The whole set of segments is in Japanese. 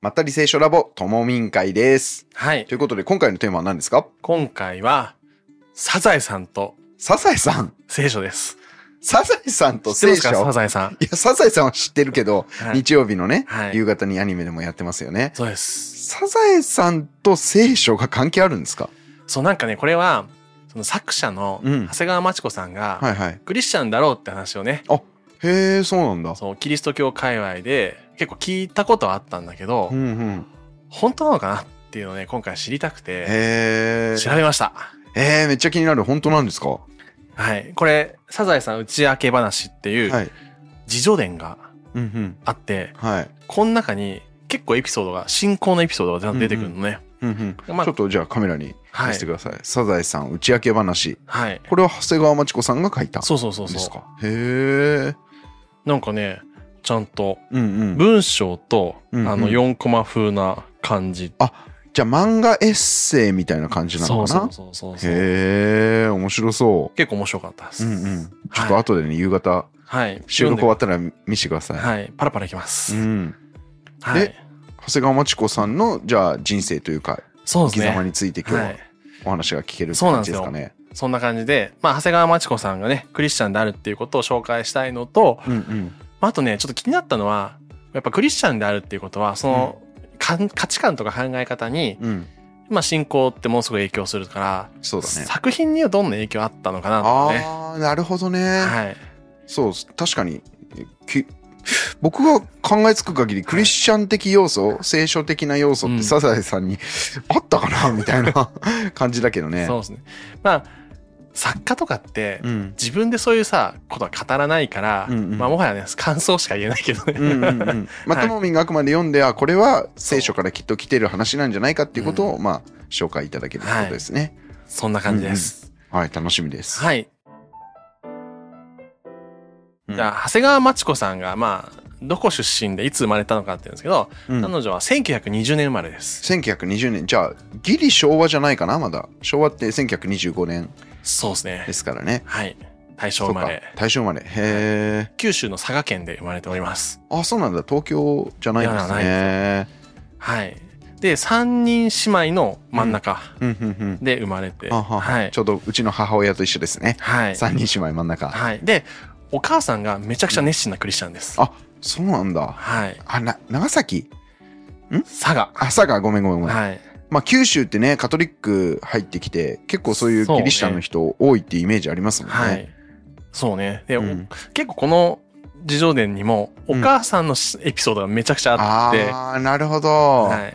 まったり聖書ラボともみん会です。はいと。いうことで、今回のテーマは何ですか今回は、サザエさんとサザエさん。聖書です。サザエさんと知ってま聖す書。かサいザエさん。や、サザエさんは知ってるけど、はい、日曜日のね、はい夕方にアニメでもやってますよね。そうです。サザエさんと聖書が関係あるんですかそう、なんかね、これは、その作者のうん長谷川町子さんが、はいはい。クリスチャンだろうって話をね、へえ、そうなんだ。そう、キリスト教界隈で結構聞いたことはあったんだけど、うんうん。本当なのかなっていうのをね、今回知りたくて、へえ。調べました。えー、めっちゃ気になる。本当なんですかははい。これ、サザエさん打ち明け話っていい。う、自叙伝がうんうん。あって、はい。この中に結構エピソードが、信仰のエピソードがちゃんと出てくるのね。うんうん。まあちょっとじゃあカメラには見いせて。ください。サザエさん打ち明け話。はい。これは長谷川町子さんが書いた。そうそうそうでそすう。か。へえ。なんかね、ちゃんとうんうん。文章と、うんうんあの4コマ風な感じ。じゃあ漫画エッセイみたいな感じなそのうかなそうそうそうそう。へえ、面白そ結構面白かったです。う。うんうん。ちょっとはい後でね、夕方、はい。収録終わはったら見せてください。はい。パラパラいきます。うん。はでい。長谷川町子さんの、じゃあ人生というか、そう生できす様ね。について今日は。はいお話が聞けるって感じですかね。そんな感じで、まあ、長谷川町子さんがね、クリスチャンであるっていうことを紹介したいのと、うんうん。まああとね、ちょっと気になったのは、やっぱクリスチャンであるっていうことは、その、かん価値観とか考え方に、うん。まあ、信仰ってものすごい影響するから、そうだね。作品にはどんな影響あったのかなとかね。ああ、なるほどね。はい。そう、確かに。き僕が考えつく限り、クリスチャン的要素、聖書的な要素っうてんサザエさんにあったか なみたいな 感じだけどね。そうですね。まあ、作家とかって、うん。自分でそういうさ、ことは語らないから、うんうんまあ、もはやね、感想しか言えないけどね。うんうんうん、まあ、はいともみんがあくまで読んで、あ、これは聖書からきっと来てる話なんじゃないかっていうことを、まあ、紹介いただけるってことですね。そんな感じです。はい、楽しみです。はい。うんじゃあ、長谷川町子さんが、まあ、どこ出身でいつ生まれたのかっていうんですけど、うん彼女は1920年生まれです。 1920年、じゃあ、ギリ昭和じゃないかな、まだ。昭和って1925年そうですねで。すからね。はい。大正そ生うまかれ。、大正生まれ。へー。九州の佐賀県で生まれております。あ、そうなんだ。東京じゃないんでいすやないね。はい。で、三人姉妹の真ん中うんうんうん。で生まれて、あははいち。ょうどうちの母親と一緒ですね。はい。三人姉妹真ん中。はい。で、お母さんがめちゃくちゃ熱心なクリスチャンです。あそうなんだ。はい。あ、な、長崎佐賀。あ、佐賀、ごめんごめんごめん。はい。まあ、九州ってね、カトリック入ってきて、結構そういうそうギねリシャンの人多いっていうイメージありますもんね。はい。そうね。で、おうん結構この自叙伝にも、お母さんのしエピソードがめちゃくちゃあって、ああ、なるほど。はい。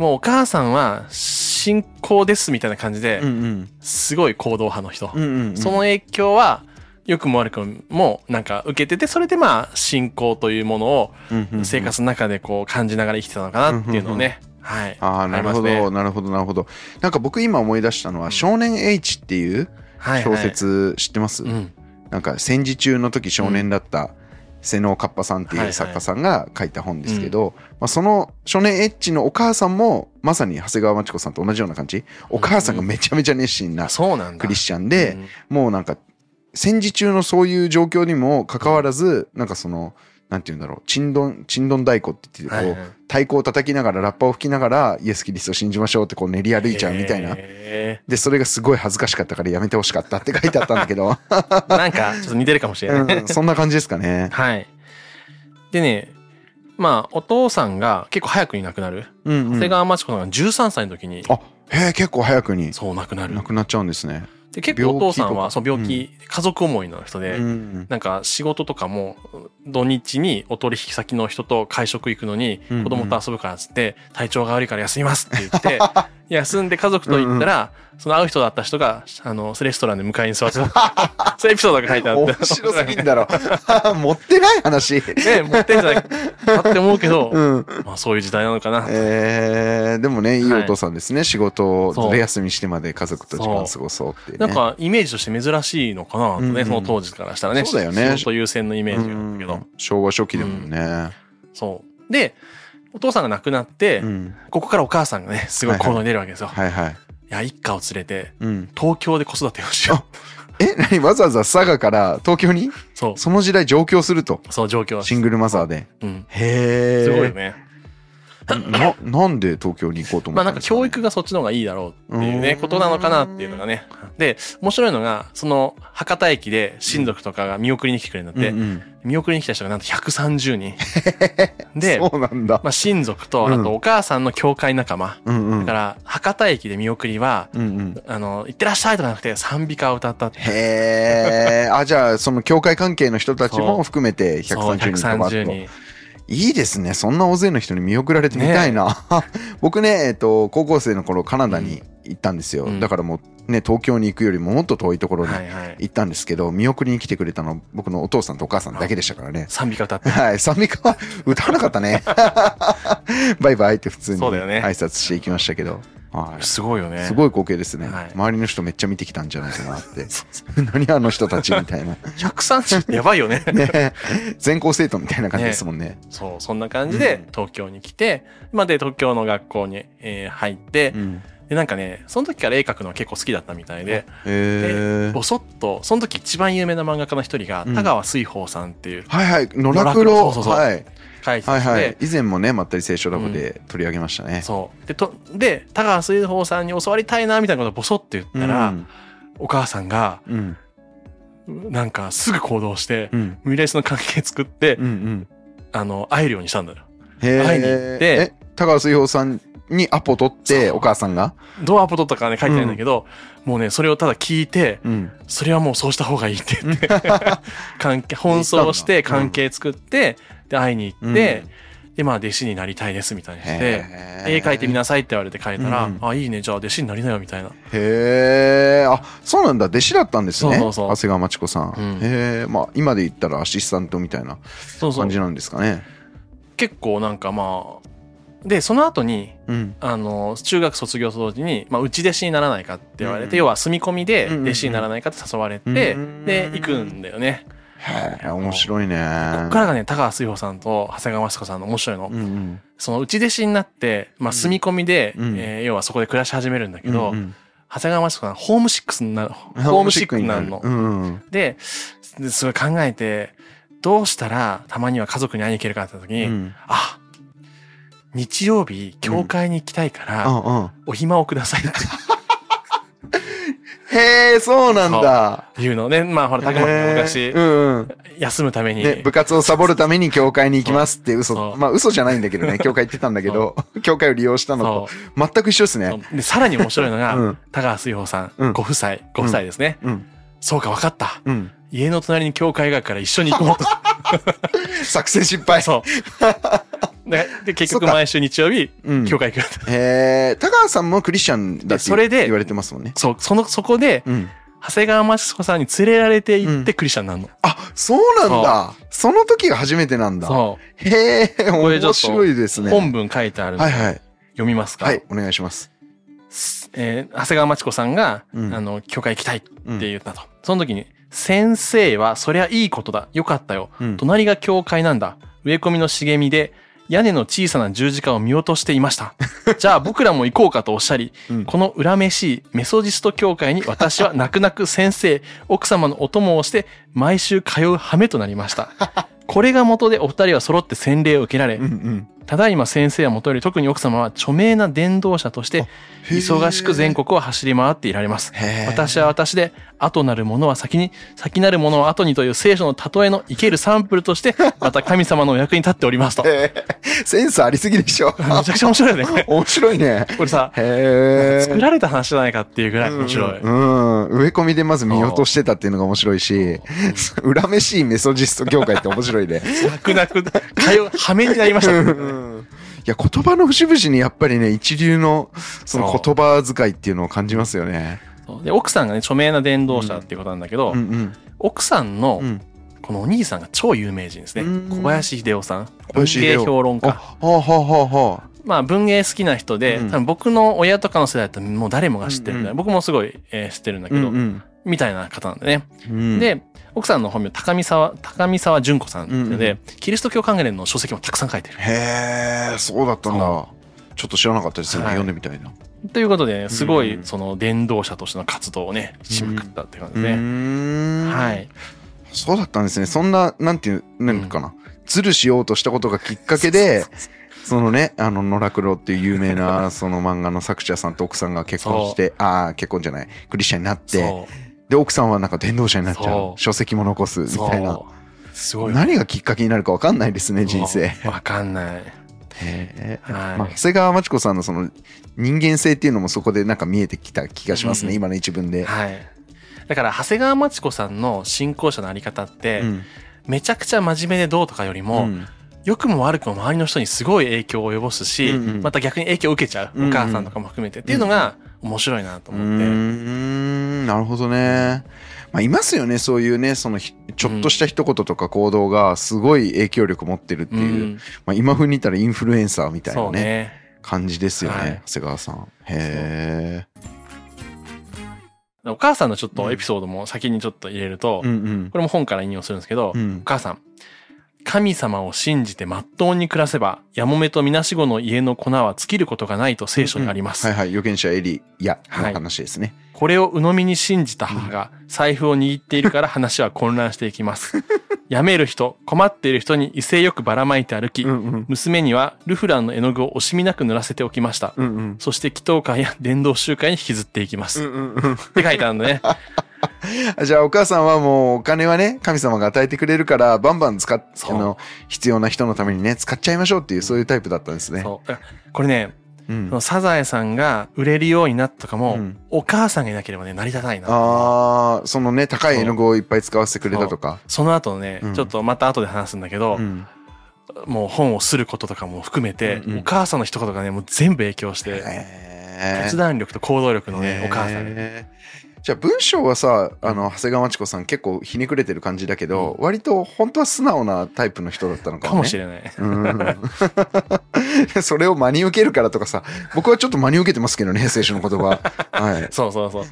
もうお母さんは信仰ですみたいな感じでうん、うん。すごい行動派の人。うんうんうん。その影響は、良くも悪くもなんか受けてて、それでまあ信仰というものをうんうんうん生。活の中でこう感じながら生きてたのかなっていうのをね。はい。ああ、なるほど、ありますねなるほど、なるほど。なんか僕今思い出したのは、うん少年 H っていうはいはい小。説知ってます、うん。なんか戦時中の時少年だった瀬能かっぱさんってはいいはうい作家さんが書いた本ですけど、まあ、その少年エッチのお母さんもまさに長谷川町子さんと同じような感じお母さんがめちゃめちゃ熱心なあそうなんだ。クリスチャンうでんもうなんか戦時中のそういう状況にもかかわらずなんかそのなんて言うんだろうちんどんちんどん太鼓って言ってはいこはうい太鼓を叩きながらラッパを吹きながらイエス・キリストを信じましょうってこう練り歩いちゃうみたいな。へで、それがすごい恥ずかしかったからやめてほしかったって書いてあったんだけど、ーなんかちょっと似てるかもしれない。うん、そんな感じですかね。はい。でね、まあお父さんが結構早くに亡くなる。うん長うん谷川町子さんが13歳の時に、あへえ結構早くにそう亡くなる亡。くなっちゃうんですね。で結構お父さん病は気そう病気、家族思いの人うで、んなんか仕事とかも土日にお取引先の人と会食行くのにうんうん子供と遊ぶからっつって体調が悪いから休みますって言って 休んで家族と行ったらその会う人だった人があのレストランで向かいに座って たそういうエピソードが書いてあって面白すぎんだろ 持ってない話ね持ってんじゃない かって思うけど、うんまあそういう時代なのかな、えー、でもねいいお父さんですね、仕事をずれ休みしてまで家族と時間過ごそうっていうねなんかイメージとして珍しいのかなとね、うんうんその当時からしたらねそうだよね仕事優先のイメージなんだけど、うん昭和初期でもんね、そうでお父さんが亡くなって、うんここからお母さんがねすごい行動に出るわけですよ、はいはい、いや、一家を連れて、うん、東京で子育てをしよえ何わざわざ佐賀から東京にう。そう。その時代上京するとその状況は。シングルマザーでうん。へえすごいよね。ななんで東京に行こうと思まっあたなんんかですか、ね、教育がそっちの方がいいだろうっていううねーんことなのかなっていうのがねで面白いのがその博多駅で親族とかが見送りに来てくれるんだって、うんうん見送りに来た人がなんと130人 で、そうなんだ、まあ、親族とうんあとお母さんの教会仲間、うんうんだから博多駅で見送りはうんうん、あの行ってらっしゃいとかなくて賛美歌を歌ったってへえあじゃあその教会関係の人たちそうも含めてそう130人とかあと人いいですね。そんな大勢の人に見送られてみたいな。 僕ね、えっと、高校生の頃、カナダに行ったんですよ。うんだからもう、ね、東京に行くよりももっと遠いところにはいはい行ったんですけど、見送りに来てくれたの、僕のお父さんとお母さんだけでしたからね。賛美歌歌ってはい。サミカは歌わなかった ね。バイバイって普通にそうだよね挨拶していきましたけど。はい。すごいよねすごい光景ですね、はい周りの人めっちゃ見てきたんじゃないかなって 何あの人たちみたいな、 130ってやばいよねね、全校生徒みたいな感じですもんね そうそんな感じでうん東京に来て、まあで東京の学校に、えー入って、うんでなんかねその時から絵描くのは結構好きだったみたいでへーぼそっとその時一番有名な漫画家の一人がうん田川水宝さんっていうはいはい、野良野良黒黒。そうそうそうはい書いてて、はいはい。以前もね、まったり聖書ラボで取り上げましたね。そうでとで田川水宝さんに教わりたいなみたいなことをぼそって言ったら、うんお母さんがうんなんかすぐ行動して、うん無理やりその関係作って、うんうん。あの会えるようにしたんだよへー会いに行ってえ、高橋水宝さんにアポ取って、そうお母さんが。どうアポ取ったかはね書いてないんだけど、もうねそれをただ聞いてうん。それはもうそうした方がいいって 言って関係奔走して関係作って、で会いに行って、でまあ弟子になりたいですみたいにして、絵描いてみな。なさいって言われて描いたら、うんうんあいいねじゃあ弟子になりなよみたいなへえ。あ、そうなんだ。弟子だったんですね。そうそうそう長谷川町子さん。うんへえ。まあ、今で言ったらアシスタントみたいなそうそう感じなんですかね。結構なんかまあでその後にうん。あの中学卒業と同時に、まあ、うち弟子にならないかって言われて、うんうん要は住み込みでうんうんうん弟子にならないかって誘われて、うんで行くんだよね、へえ、面白いね。こっからがね高橋水穂さんと長谷川雅子さんの面白いの、うんうん。そのうち弟子になって、まあ、住み込みで、うんえー要はそこで暮らし始めるんだけど、うんうん長谷川雅子さんホームシックスにな るホームシックになるの。うんうん。でですごい考えてどうしたらたまには家族に会いに行けるかって言った時に、うんあ日曜日教会に行きたいから、うんうん。お暇をくださいってへえ、そうなんだ。いうのね。まあほら、高へ松がー昔う、んうん。休むために。ね、部活をサボるために教会に行きますってそう嘘、まあ嘘じゃないんだけ どね、教会行ってたんだけど、教会を利用したのとそ全く一緒ですうねそ。う。で、さらに面白いのが、うん高橋水穂さん,、うんご夫妻、ご夫妻ですね。うん。そうか、わかった。うん。家の隣に教会があるから一緒に行こうと。作戦失 敗。そう。で、で結そ局っか毎週日曜日、うん。教会行く。 えー、高橋さんもクリスチャンだでってそれで言われてますもんね。そう、その、そこで、うん。長谷川町子さんに連れられて行っうてクリスチャンになるの。あ、そうなんだ。その時が初めてなんだ。そへえ、これちょっと面白いですう。ね。本文書いてあるの、はいはい。読みますか、はい、お願いします。えー長谷川町子さんが、うんあの、教会行きたいってうん言ったと。その時に、先生は、そりゃいいことだ。よかったよ。うん隣が教会なんだ。植え込みの茂みで、屋根の小さな十字架を見落としてい ました。じゃあ僕らも行こうかとおっしゃり、うんこの恨めしいメソジスト教会に私は泣く泣く先生、奥様のお供をして、毎週通う羽目となりました。 これが元でお二人は揃って洗礼を受けられうん、うん。ただいま先生は元より特に奥様は著名な伝道者として、へー忙しく全。国を走り回っていられます。へー私は私で、後なるものは先に、先なるものは後にという聖書の例えの生けるサンプルと して、また神様のお役に立っておりますと。めへーセンスありすぎでしょ。 ちゃくちゃ面白いよね、これ。面白いね。これさ、へえ。作られた話じゃないかっていうぐらい面白い。うん、うん植え込みでまず見落としてたっていうのが面白いし、 恨めしいメソジスト業界って面白いね。泣く泣く、通う、はめになりましたね、うんいや、言葉の節々にやっぱりね、一流のその言葉遣いっていうのを感じますよね。そうで、奥さんがね、著名な伝道者っていうことなんだけど、うんうん。奥さんのう、ん。このお兄さんが超有名人ですね。うん小林秀夫さん。文林芸秀夫評論あ、家。はあはあはあはあ。まあ文芸好きな人で、うん多分僕の親とかの世代だともう誰もが知ってるんうだよ、んうん僕もすごい、えー知ってるんだけうど、んみたいな方なんでね、うん。、で奥さんの本名高見沢高見沢純子さんっていうので、うキリスト教関連の書籍もたくさん書いてる。へえ、そうだったんだ。ちょっと知らなかったです。はい読んでみたいな。ということで、ね、すごいうんその伝道者としての活動をねしまくったって感うじで、ねーんはい、そうだったんですね。そんな、なんていう、なんかな。ズルしようとしたことがきっかけで、そのね、あの、野良黒っていう有名な、その漫画の作者さんと奥さんが結婚して、ああ、結婚じゃない、クリスチャンになって、そで、奥さんはなんか伝道者になっちゃ。そう書籍も残す、うみそうたいな。すごい何がきっかけになるかわかんないですね、人 生。うん わかんないへーはいまあ、長谷川町子さんのその人間性っていうのもそこでなんか見えてきた気がしますね、うん今の一文で。はいだから長谷川町子さんの信仰者のあり方って、うんめちゃくちゃ真面目でどうとかよりうも、ん良くも悪くも周りの人にすごい影響を及ぼすし、うんうんまた逆に影響を受けちゃうんううんお母さんとかも含めて、っていうのが面白いなとうー思って、んなるほどね。まあ、いますよねそういうねそのひちょっとした一言とか行動がすごい影響力持ってるっていう、うんまあ、今風に言ったらインフルエンサーみたいそなうねね感じですよね、はい長谷川さん。へえ。お母さんのちょっとエピソードも先にちょっと入れると、うんうんこれも本から引用するんですけど、うんお母さん神様を信じて真っ当に暮らせばやもめとみなしごの家の粉は尽きることがないと聖書にあります、はいはい預言者エリヤの話ですね。これを鵜呑みに信じた母が財布を握っているから話は混乱していき ます。やめる人、困っている人に威勢よくばらまいて歩き、うんうん娘にはルフランの絵の具を惜しみなく塗らせておきました。うんうんそして祈祷会や伝道集会に引きずっていきまうす。っんうんうんて書いてある のね。あじゃあお母さんはもうお金はね神様が与えてくれるからバンバン使っそあうの必要な人のためにね使っちゃいましょうっていうそういうタイプだったんですね。そうこれね、うんそのサザエさんが売れるようになったとかも、うんお母さんがいなければね、成り立たないな。ああそのね高い絵の具をいっぱい使わせてくれたとか。その後のね、うんちょっとまた後で話すんだけど、うんもう本をすることとかも含めて、うんうんお母さんの一言がね、もう全部影響して、へ決ー断力と行動力のね、お母さんが。へーじゃあ文章はさあの長谷川町子さん結構ひねくれてる感じだけど、割と本当は素直なタイプの人だったのかかももねし。れない。 うん それを真に受けるからとかさ僕はちょっと真に受けてますけどね聖書の言葉 はいそうそうそう。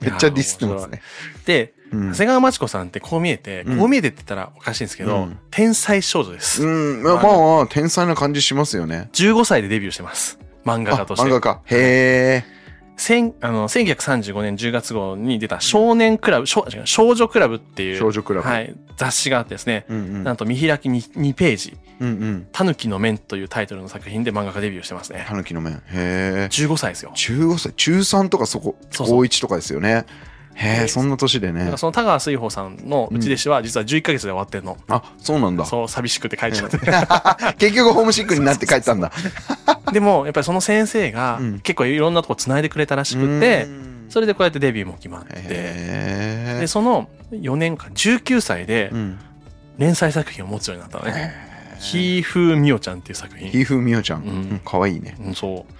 めっちゃディスってますね。で、うん長谷川町子さんってこう見えて、うんこう見えてって言ったらおかしいんですけど、うん天才少女です。うん、まあ、まあ、天才な感じしますよね。 15歳でデビューしてます。漫あ画家とし漫て画。家。へえ。千あの1935年10月号に出た少年クラブ、少違う少女クラブっていう少女クラブ。はい、雑誌があってですね、うんうん。なんと見開き 2, 2ページ、うんうん。たぬきの面というタイトルの作品で漫画家デビューしてますね。たぬきの面。へえ。 15歳ですよ。 15歳、中3とかそこ、そうそ高う1とかですよね。へでえ、そんな年でだかねら。その田川水穂さんのうち弟子は実は11ヶ月で終わってんの。あ、そうなんだ。そう、寂しくて帰っちゃって。結局ホームシックになって帰ったんだ。 でも、やっぱりその先生がうん結構いろんなとこ繋いでくれたらしくてう、んそれでこうやってデビューも決まって、へで、その4年間、19歳でえ。うん。連載作品を持つようになったのね。へーひーふーみおちゃんっていう作ひ品。ーふーみおちゃん。うんうんかわいいね。うん、そう。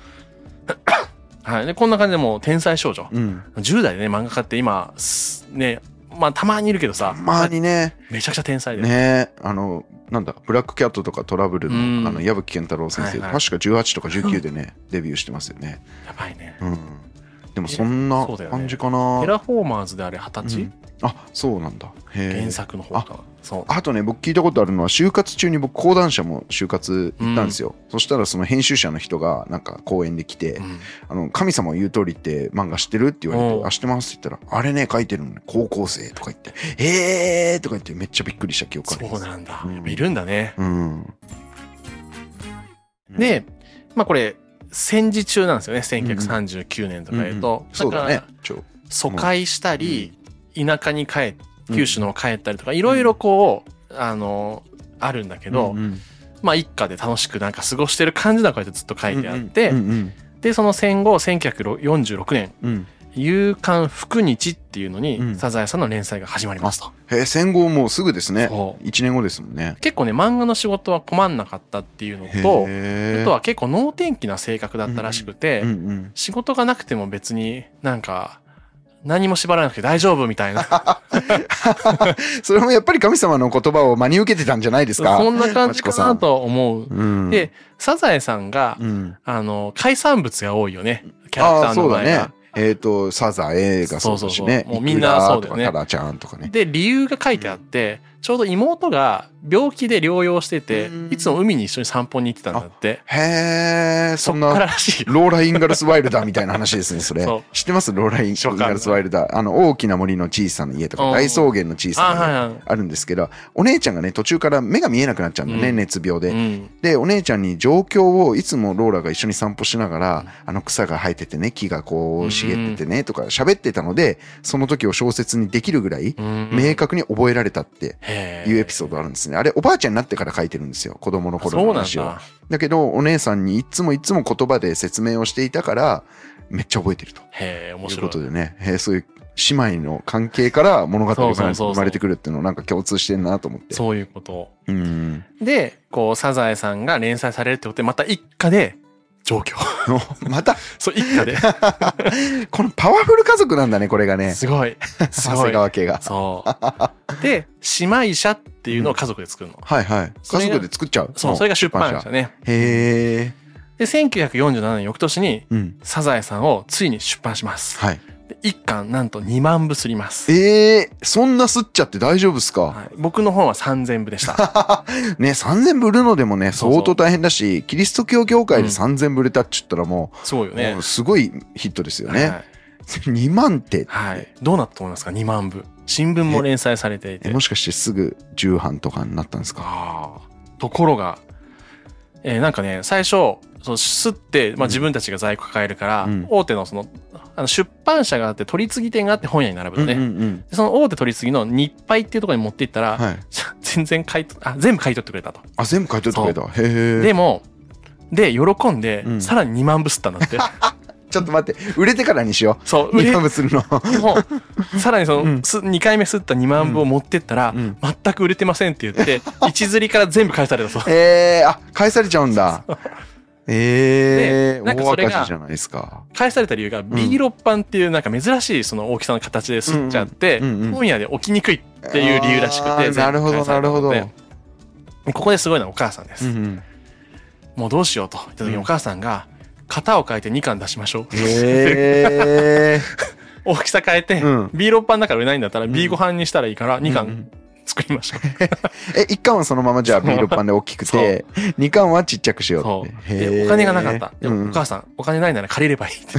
はい。で、こんな感じでもう天才少女。うん。 10代でね、漫画家って今、すね、まあたまにいるけどさ、まあにね。めちゃくちゃ天才で。ねえあのなんだブラックキャットとかトラブルうんのあの矢吹健太郎先生、はいはい確か18とか19でねデビューしてますよね、やばいね。うん、でもそんなそうだよね感じかな、テラフォーマーズであれ二う十んあそうなんだ歳へ原え作の方かな。そう。あとね僕聞いたことあるのは就活中に僕講談社も就活行ったんですよ、そしたらその編集者の人がなんか講演で来て、うんあの「神様を言う通りって漫画知ってる?」って言われおうて「あ知ってます」って言ったら「あれね書いてるのね高校生」とか言って「へえ」とか言ってめっちゃびっくりした記憶ありそまうすなんだ。うんやっぱいるんだね。うんで、まあこれ、戦時中なんですよね。1939年とか言うと。そうだねから、ちょ疎開したり、田舎に帰っ、九州の方帰ったりとか、いろいろこう、あの、あるんだけど、うんうんまあ一家で楽しくなんか過ごしてる感じなこうやってずっと書いてあって、うんうんで、その戦後、1946年、うん夕刊福日っていうのに、うんサザエさんの連載が始まりますと。へえ戦後もうすぐですねそう1年後ですもんね結構ね、漫画の仕事は困んなかったっていうのと、ああとは結構能天気な性格だったらしくて、うんうん仕事がなくても別になんか、何も縛らなくて大丈夫みたいな。それもやっぱり神様の言葉を真に受けてたんじゃないですかそんな感じかなと思う。うんで、サザエさんが、うんあの、海産物が多いよね。キャラあクあターそのうだ前が。ねえっとサザエがそうだしそうねそうそうもうみんなそうだよねイクラとかタラちゃんとかねで、理由が書いてあって、ちょうど妹が病気で療養しててうんいつも海に一緒に散歩に行ってたんだってへえ、そそんっからな、ら しいよローラ・インガルス・ワイルダーみたいな話ですね、それそう。知ってますローラ・イン初夏のガルス・ワイルダー。あの、大きな森の小さな家とうか、ん大草原の小あさな家。はいはあるんですけど、お姉ちゃんがね、途中から目が見えなくなっちゃうんだよね、うん熱病い、で。うん、で、お姉ちゃんに状況をいつもローラが一緒に散歩しながら、あの草が生えててね、木がこう茂っててね、とか喋ってたので、その時を小説にできるぐらい、明確に覚えられたっていうエピソードドあるんですね。あれ、おばあちゃんになってから書いてるんですよ、子供の頃の話そうをなん。だだけど、お姉さんにいつもいつも言葉で説明をしていたから、めっちゃ覚えてるとへえ面いう白いことでね、へーそういう姉妹の関係から物語がそうそうそうそう生まれてくるっていうのをなんか共通してんなと思って。そういうことうん。 でこうサザエさんが連載されるってことでまた一家で上京 また、そう一家でこのパワフル家族なんだね、これが ね。すごいす長ご谷い川家が。そうで姉妹社っていうのを家族で作るの、はいはい。それ家が族で作っちゃう。そうそれが出版社社。ねへえ。で1947年翌年にうん。サザエさんをついに出版します。はい。で一巻なんと2万部すります。ええ、そんなすっちゃって大丈夫っすかはい、僕の本は3000部 でした。ね、3000部売るのでもね、そうそう相当大変だし、キリスト教業界で3000部売れたっちゅったらもすごいよう、ねもう。すごいヒットですよね。はい。 2万って、はいどうなったと思いますか ?2 万部。新聞も連載されていえても。しかしてすぐ重版とかになったんですかあーところが、えーなんかね、最初、そう、すって、まあ、自分たちが在庫抱えるから、うん大手のその、あの出版社があって、取り次ぎ店があって本屋に並ぶのね。うんうんうん。でその大手取り次ぎの日配っていうところに持っていったら、はい。全然買いと、あ、全部買い取ってくれたと。あ、全部書いといてくれた。へえ。でも、で、喜んでう、んさらに2万部すった んだって。ちょっと待って、売れてからにしよそう、う。 売れ2て万部するの。 も、さらにそうの、んす2回目すった2万部を持ってったらうん、全く売れてませんって言 って、一釣りから全部返されたそう。ええあ、返されちゃうんだ。でええなんかそ大れが赤字じゃないですか。返された理由が、ビーロッパンっていうなんか珍しいその大きさの形ですっちゃって、うんうんうんうん本屋で置きにくいっていう理由らしくあて、ーなるほど全部返されたのでなるほ。ここですごいのはお母さんでうす。んう ん、もうどうしようと言った時にお母さんが、型を変えて2巻出しましょう。ええ大きさ変えて、うん B6 版だから売れないんだったら B5 版にしたらいいからう2んう巻ん作り ましょう。え、1巻はそのままじゃあビールパンで大きくて、2巻はちっちゃくしよそうっう。て。へで、ーお金がなかった。でうも、んお母さん、お金ないなら借りればいいって。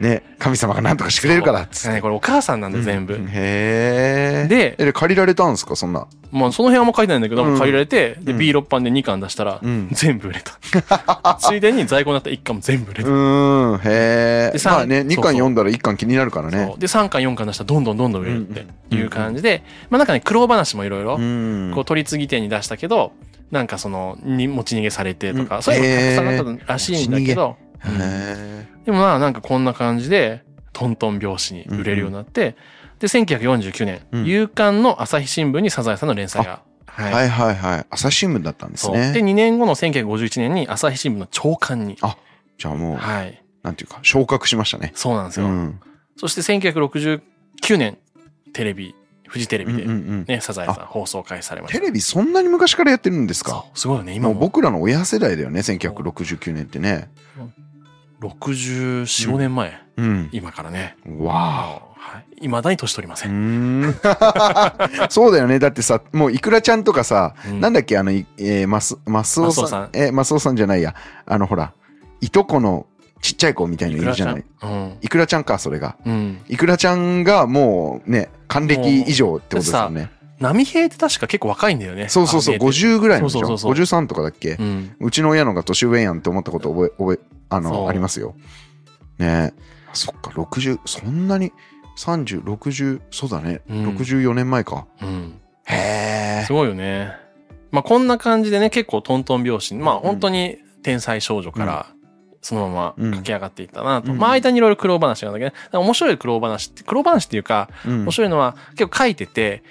ね、神様が何とかしてくれるからっつってね、これお母さんなんで全う部ん。へえ。でえ、借りられたんですか、そんな。もうその辺はもう書いてないんだけど、うん借りられて、で、うん B6 版で2巻出したらうん、全部売 れた。ついでに在庫になった1巻も全部売れうた。ーん、へでえ。さんまあね、2そうそう巻読んだら1巻気になるからそねう。で、3巻4巻出したらどんどんどんどん売れるうんっうてんいう感じで、まあなんかね、苦労話もいろいろう、んこう取り次ぎ店に出したけど、なんかその、に持ち逃げされてとうか、んそういうのがたくさんあったらしいんだけど、うんへでもまあなんかこんな感じで、トントン拍子に売れるようになって、で、1949年、うん夕刊の朝日新聞にサザエさんの連載が。はえ。はいはいはい。朝日新聞だったんですそう。で、ね。 2年後の1951年に朝日新聞の長官に。あじゃあもう、はい。なんていうか、昇格しましたね。そうなんですうよ。ん。そして1969年、テレビ、フジテレうんうビんでうね、ん。サザエさん放送開始されました。テレビそんなに昔からやってるんですかそう、すごいよね。今もうも僕らの親世代だよね、1969年ってね。 64、5年前、うん。今からね。わあ。はい。未だに年取りませうーん。ん そうだよね。だってさ、もういくらちゃんとかさ、うんなんだっけ、あの、いえーマス、マスオさん。マスオさんえーマスオさんじゃないや。あの、ほら、いとこのちっちゃい子みたいないくいるらじちゃゃなんい。。うん。いくらちゃんか、それが。うん。いくらちゃんがもうね、還暦以上ってことですよね。波平って確か結構若いんだよね。そうそうそう、ああ見えて50ぐらいのでしょ。そうそうそうそう53とかだっけう、ん。うちの親のが年上やんって思ったこと覚え、覚え、あそうの、ありますよ。ねえ。そっか、60、そんなに、30、60、そうだね。うん64年前か。うん。へえす。ごいよね。まあこんな感じでね、結構トントン拍子に、まあうん本当に天才少女から、そのまま駆け上がっていったなと。うんまあ間にいろいろ苦労話があるんだけどね、だから面白い苦労話って、苦労話っていうか、うん面白いのは結構書いてて、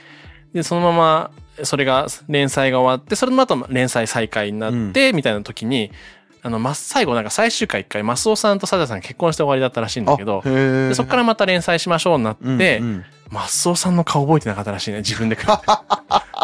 で、そのまま、それが連載が終わって、それの後連載再開になって、みたいな時に、あの、ま、最後なんか最終回一回、マスオさんとサザエさんが結婚して終わりだったらしいんだけどあ、へでえ。そこからまた連載しましょうになって、うんうんマスオさんの顔覚えてなかったらしいね、自分で。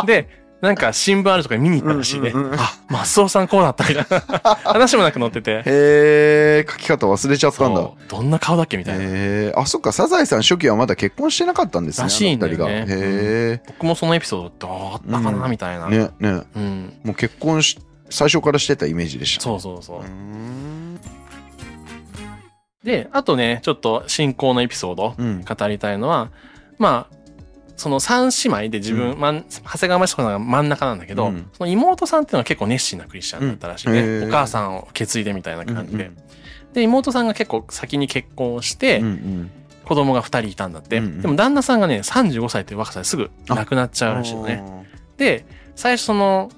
で、なんか新聞あるとか見に行ったらしいね。うんうんうんあ、マスオさんこうなったみたいな。話もなく載ってて。へえ、書き方忘れちゃったんだそ。うどんな顔だっけみたいな。へえ、あ、そっか、サザエさん初期はまだ結婚してなかったんですね、らしいんだよねあの二人が。へ僕もそのエピソードどうだったかなうんみたいな。え、うん。ね、ね、もう結婚し、最初からしてたイメージでした。そうそうそううー。んで、あとね、ちょっと信仰のエピソードうん。語りたいのは、まあ、その三姉妹で自分、まん、長谷川町子さんが真ん中なんだけど、うんその妹さんっていうのは結構熱心なクリスチャンだったらしいね。うんへーお母さんを受いでみたいな感じで。うんで、妹さんが結構先に結婚して、うんうん子供が2人いたんだって、うんうんでも旦那さんがね35歳という若さですぐ亡くなっちゃうらしいのねで最初その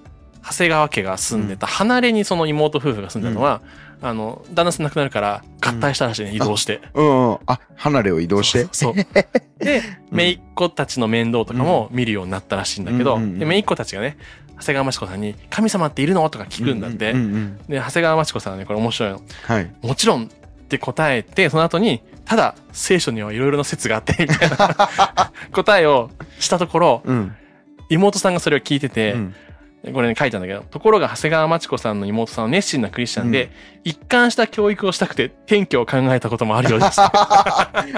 長谷川家が住んでた離れにその妹夫婦が住んでたのは、あの旦那さん亡くなるから合体したらしいね、移動してうんうん。あ、離れを移動して。そうそうで姪っ子たちの面倒とかも見るようになったらしいんだけど、うんうんうんで姪っ子たちがね長谷川町子さんに「神様っているの?」とか聞くんだって、ううんうんで長谷川町子さんはねこれ面白いのはい。もちろんって答えて、その後に、ただ聖書にはいろいろな説があって、みたいな 答えをしたところ、うん。妹さんがそれを聞いてうて、んこれね書いたんだけど、ところが長谷川町子さんの妹さんは熱心なクリスチャンで、一貫した教育をしたくて、転居を考えたこともあるよ うです。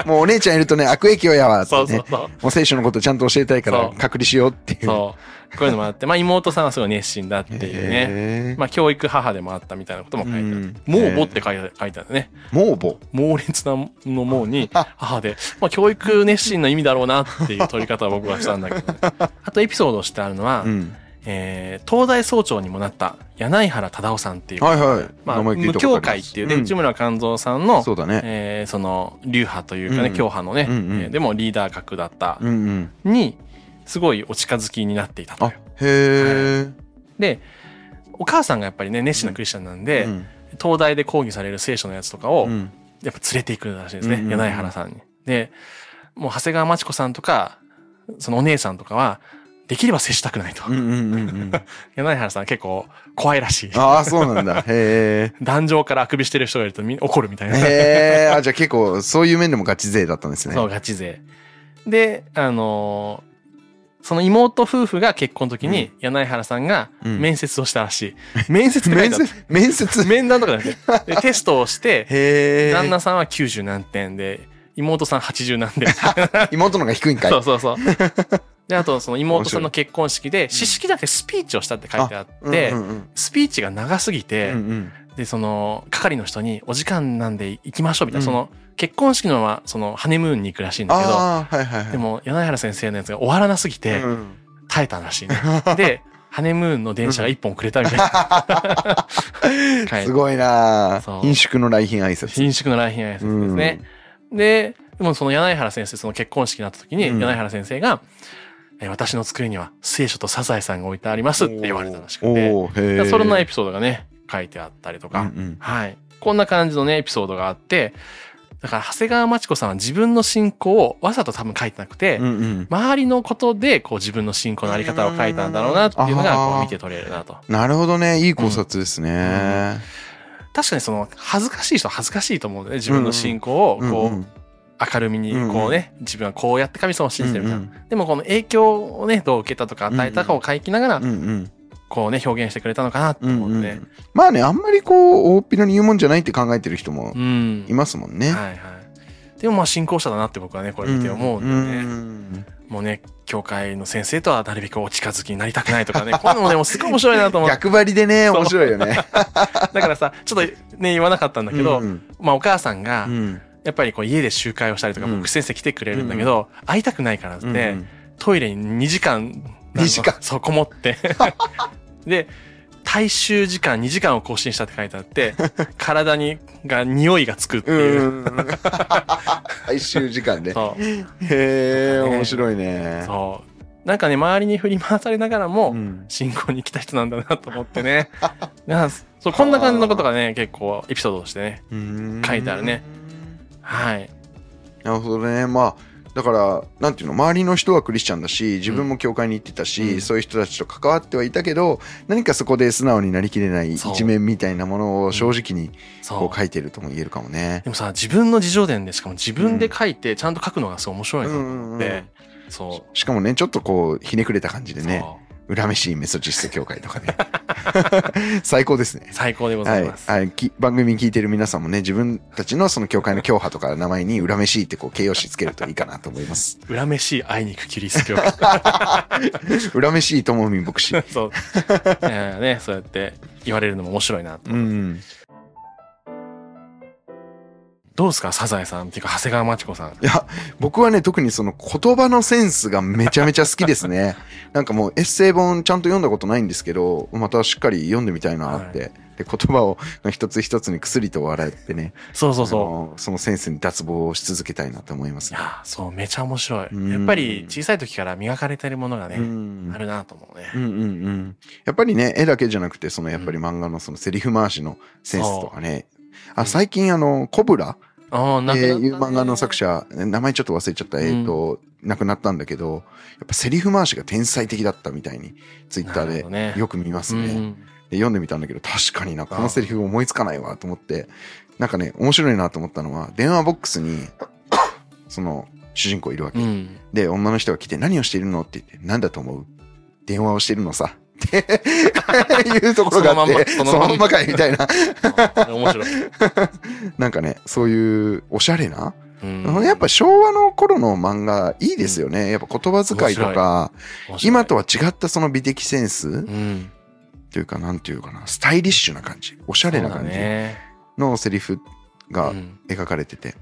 もうお姉ちゃんいるとね、悪影響やわってそね。うそうそう。もう聖書のことちゃんと教えたいからそう隔離しようっていう。そう。こういうのもあって、まあ妹さんはすごい熱心だっていうね。へーまあ教育母でもあったみたいなことも書いてある。うんもうぼって書いて書いてあるね。盲母。猛烈なのもうに母で、まあ、教育熱心な意味だろうなっていう取り方を僕はしたんだけ ど、ね、あとエピソードをしてあるのは、うん。えー東大総長にもなった柳原忠夫さんっていう、はいはい。まあ、名前聞いた無こと教あり会まっすていうね、ん内村勘三さんのそうだね。えーその流派というかうんね、うん教派のね、うんうんえーでもリーダー格だったうんうん。にすごいお近づきになっていたといあう。、へでお母さんがやっぱりね熱心なクリスチャンなんえ。で、うん東大で講義される聖書のやつとかを、うんやっぱ連れていくらしいですね、うんうんうん柳原さんに。で、もう長谷川町子さんとか、そのお姉さんとかは、できれば接したくないと。うんうんうんうん。柳原さんは結構怖いらしい。ああ、そうなんだ。へ壇上からあくびしてる人がいるとみんな怒るみたいえ。な。へえ。あ、じゃあ結構そういう面でもガチ勢だったんですね。 そう、ガチ勢。で、あのーその妹夫婦が結婚の時に、柳原さんがうん面接をしたらしい。面接って書い面てあっ接、 面接。た面談とかじゃなくて。で、テスト をして、へえ。旦那さんは90何点で、妹さん80何 点。妹の方が低いんかいそう。そ うそう。で、あと、その妹さんの結婚式で、四式だけスピーチをしたって書いてあって、うんうんスピーチが長すぎうんて、うんうんで、その、係の人に、お時間なんで行きましょうみたいうな、んその、結婚式のまま、その、ハネムーンに行くらしいんだけど、ああ、はいはいはい。でも、柳原先生のやつが終わらなすぎてう、ん耐えたらしいね。で、ハネムーンの電車が一本くれたみたい な。はすごいなそあう貧縮の来賓挨拶。新宿の来賓挨拶ですね。で、でもその柳原先生、その結婚式になった時に、うん柳原先生が、えー私の机には聖書とサザエさんが置いてありまうすん。って言われたらしくて、おーへえ。それのエピソードがね、書いてあったりとか、うんうんはい。こんな感じのね、エピソードがあって、だから長谷川町子さんは自分の信仰をわざと多分書いてなくて、うんうん周りのことでこう自分の信仰のあり方を書いたんだろうなっていううのがんこあうー見て取れるなと。なるほどね。いい考察ですね。確かにその恥ずかしい人は恥ずかしいと思うので、自分の信仰をこう、ん明るみにうんうんこうね、自分はこうやって神様を信じてるみたいな、うんでもこの影響をねどう受けたとか与えたかを書きながらうんうんこうね表現してくれたのかなってうん思ううんんで、うねんまあね、あんまりこう、大っぴらに言うもんじゃないって考えてる人もうんいますもんね。はいはいでもまあ信仰者だなって僕はねこれ見て思うんでね、うんもうね教会の先生とはなるべくお近づきになりたくない とかねこういうのもでもすごい面白いなと思って逆張りでね、そう面白いよね。だからさちょっとね言わなかったんだけど、うんまあお母さんうがんやっぱりこう家で集会をしたりとか、うん僕先生来てくれるんだけど、会いたくないからって、うんうんトイレに2時間、 2時間そう、こ もって。で、大衆時間2時間を更新したって書いてあって、 体に、が、匂いがつくってういう。ん うんうん。最終時間で。そう、へえ、面白いね。そう。なんかね、周りに振り回されながらも、うん信仰に来た人なんだなと思っ てね。なんかそう、こんな感じのことがね、結構エピソードとしてね。うん書いてあるね。はい。なるほどね。まあ、だから、なんていうの、周りの人はクリスチャンだし、自分も教会に行ってたし、うんそういう人たちと関わってはいたけど、何かそこで素直になりきれないそう一面みたいなものを正直にそこう書う。いてるとも言えるかもね。でもさ、自分の自叙伝で、しかも自分で書いて、ちゃんと書くのがすごい面白いなと思って、うんうんうんそう。しかもね、ちょっとこう、ひねくれた感じでね、そう恨めしいメソジスト協会とかね。 最高ですね。最高でござはいい、ます。はい、き番組聞いてる皆さんもね、自分たちのその教会の教派とか名前に恨めしいってこう形容詞つけるといいかなと思います。恨めしいあいにくキリスト教会。恨めしい友民牧 師。そう。いやいやね、そうやって言われるのも面白いなと。うん。どうですか、サザエさんっていうか、長谷川町子さいん。や、僕はね、特にその言葉のセンスがめちゃめちゃ好きです ね。なんかもうエッセイ本ちゃんと読んだことないんですけど、またしっかり読んでみたいなって。で言葉を一つ一つに薬と笑ってね、そうそうあそう。のそのセンスに脱帽し続けたいなと思いますいね。や、そう、めちゃ面白い。うんやっぱり小さい時から磨かれてるものがうね、んあるなと思うねう。んうんうん。やっぱりね、絵だけじゃなくて、そのやっぱり漫画のそのセリフ回しのセンスとかね。あ、最近あの、コブラああ、なっんてか。いう漫画の作。者、名前ちょっと忘れちゃった、えっと、亡くなったんだけど、やっぱセリフ回しが天才的だったみたいに、ツイッタなるほどーねでよく見ますうね。ん。で読んでみたんだけど、確かになんかこのセリフ思いつかないわと思って、なんかね、面白いなと思ったのは、電話ボックス に、その、主人公いるわけう。ん。で、女の人が来て、何をしているのって言って、なんだと思う電話をしているのさ。 っていうところがあって、そそののまんまそのまんままんまかいみたいな。面白い。なんかね、そういうおしゃれな。 うんやっぱ昭和の頃の漫画いいですよね。やっぱ言葉遣いとか、面白い今とは違ったその美的センスうん。というか、なんていうかな、スタイリッシュな感じ、おしゃれなそうだ感じね。のセリフがうん描かれてて、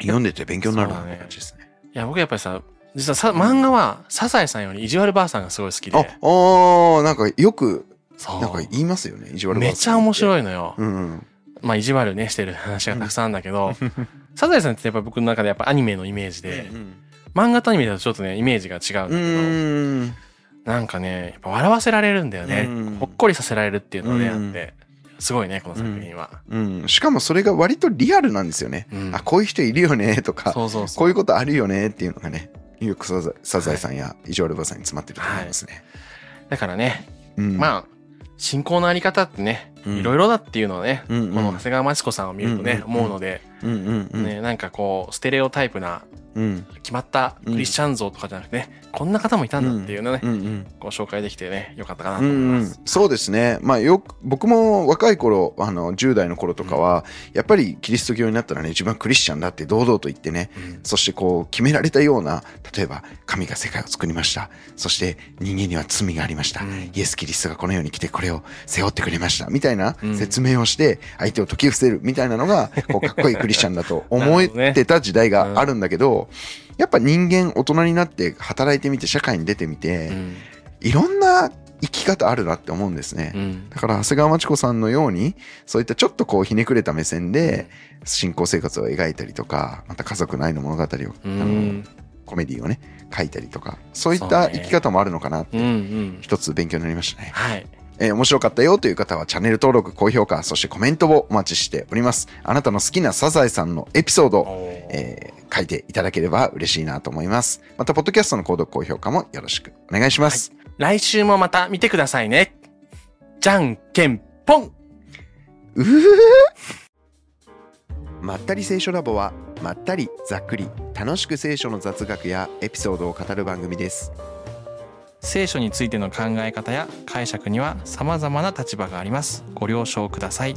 読んでて勉強になるなって感じですね。いや、僕やっぱりさ、実はさ、漫画は、サザエさんより意地悪ばあさんがすごい好きあ、あで。ー、なんかよく、そなんかう。言いますよね、意地悪めっちゃ面い。白いのよ。うん。まあ、意地悪ね、してる話がたくさんあるんだけど、サザエさんってやっぱ僕の中でやっぱアニメのイメージで、漫画とアニメだとちょっとね、イメージが違ううんん。だけど、なんかね、やっぱ笑わせられるんだようんね。ほっこりさせられるっていうのであうんって、すごいね、この作品は。うん。しかもそれが割とリアルなんですよね。うんあ、こういう人いるよね、とか、そうそうそこうう。いうことあるよね、っていうのがね、よくサザサザエさんやイジョルバさんに詰まってると思いますね。だからね、うん。あ、まあ、信仰のあり方ってね、うんいろいろだっていうのはね、うんうんこの長谷川町子さんを見るとね、うんうんうん思うので、うんうんうん。ね、なんかこう、ステレオタイプな、うん。決まったクリスチャン像とかじゃなくてね、こんな方もいたんだっていうのね、うんうん。ご紹介できてね、よかったかなうと思いんうまんす。、そうですね、まあ、よく僕も若い頃あの10代の頃とかは、やっぱりキリスト教になったらね自分はクリスチャンだって堂々と言ってねうんそしてこう決められたような例えば神が世界を作りましたそして人間には罪がありました、うんイエス・キリストがこの世に来てこれを背負ってくれましたみたいなうん説明をして相手を解き伏せるみたいなの がこうかっこいいクリスチャンだとなる思ほっどねてた時代があるんだけどやっぱ人間大人になって働いてみて社会に出てみて、うんいろんな生き方あるなって思うんですね。うんだから長谷川町子さんのようにそういったちょっとこうひねくれた目線で信仰生活を描いたりとかまた家族の愛の物語を、うあのんコメディをね書いたりとかそういっそたうね生き方もあるのかなってうんうん一つ勉強になりましたね、はいえー面白かったよという方はチャンネル登録高評価そしてコメントをお待ちしておりますあなたの好きなサザエさんのエピソードを、えー書いていただければ嬉しいなと思いますまたポッドキャストの購読高評価もよろしくお願いします、来週もまた見てくださいねじゃんけんぽんうふふふまったり聖書ラボはまったりざっくり楽しく聖書の雑学やエピソードを語る番組です聖書についての考え方や解釈には様々な立場がありますご了承ください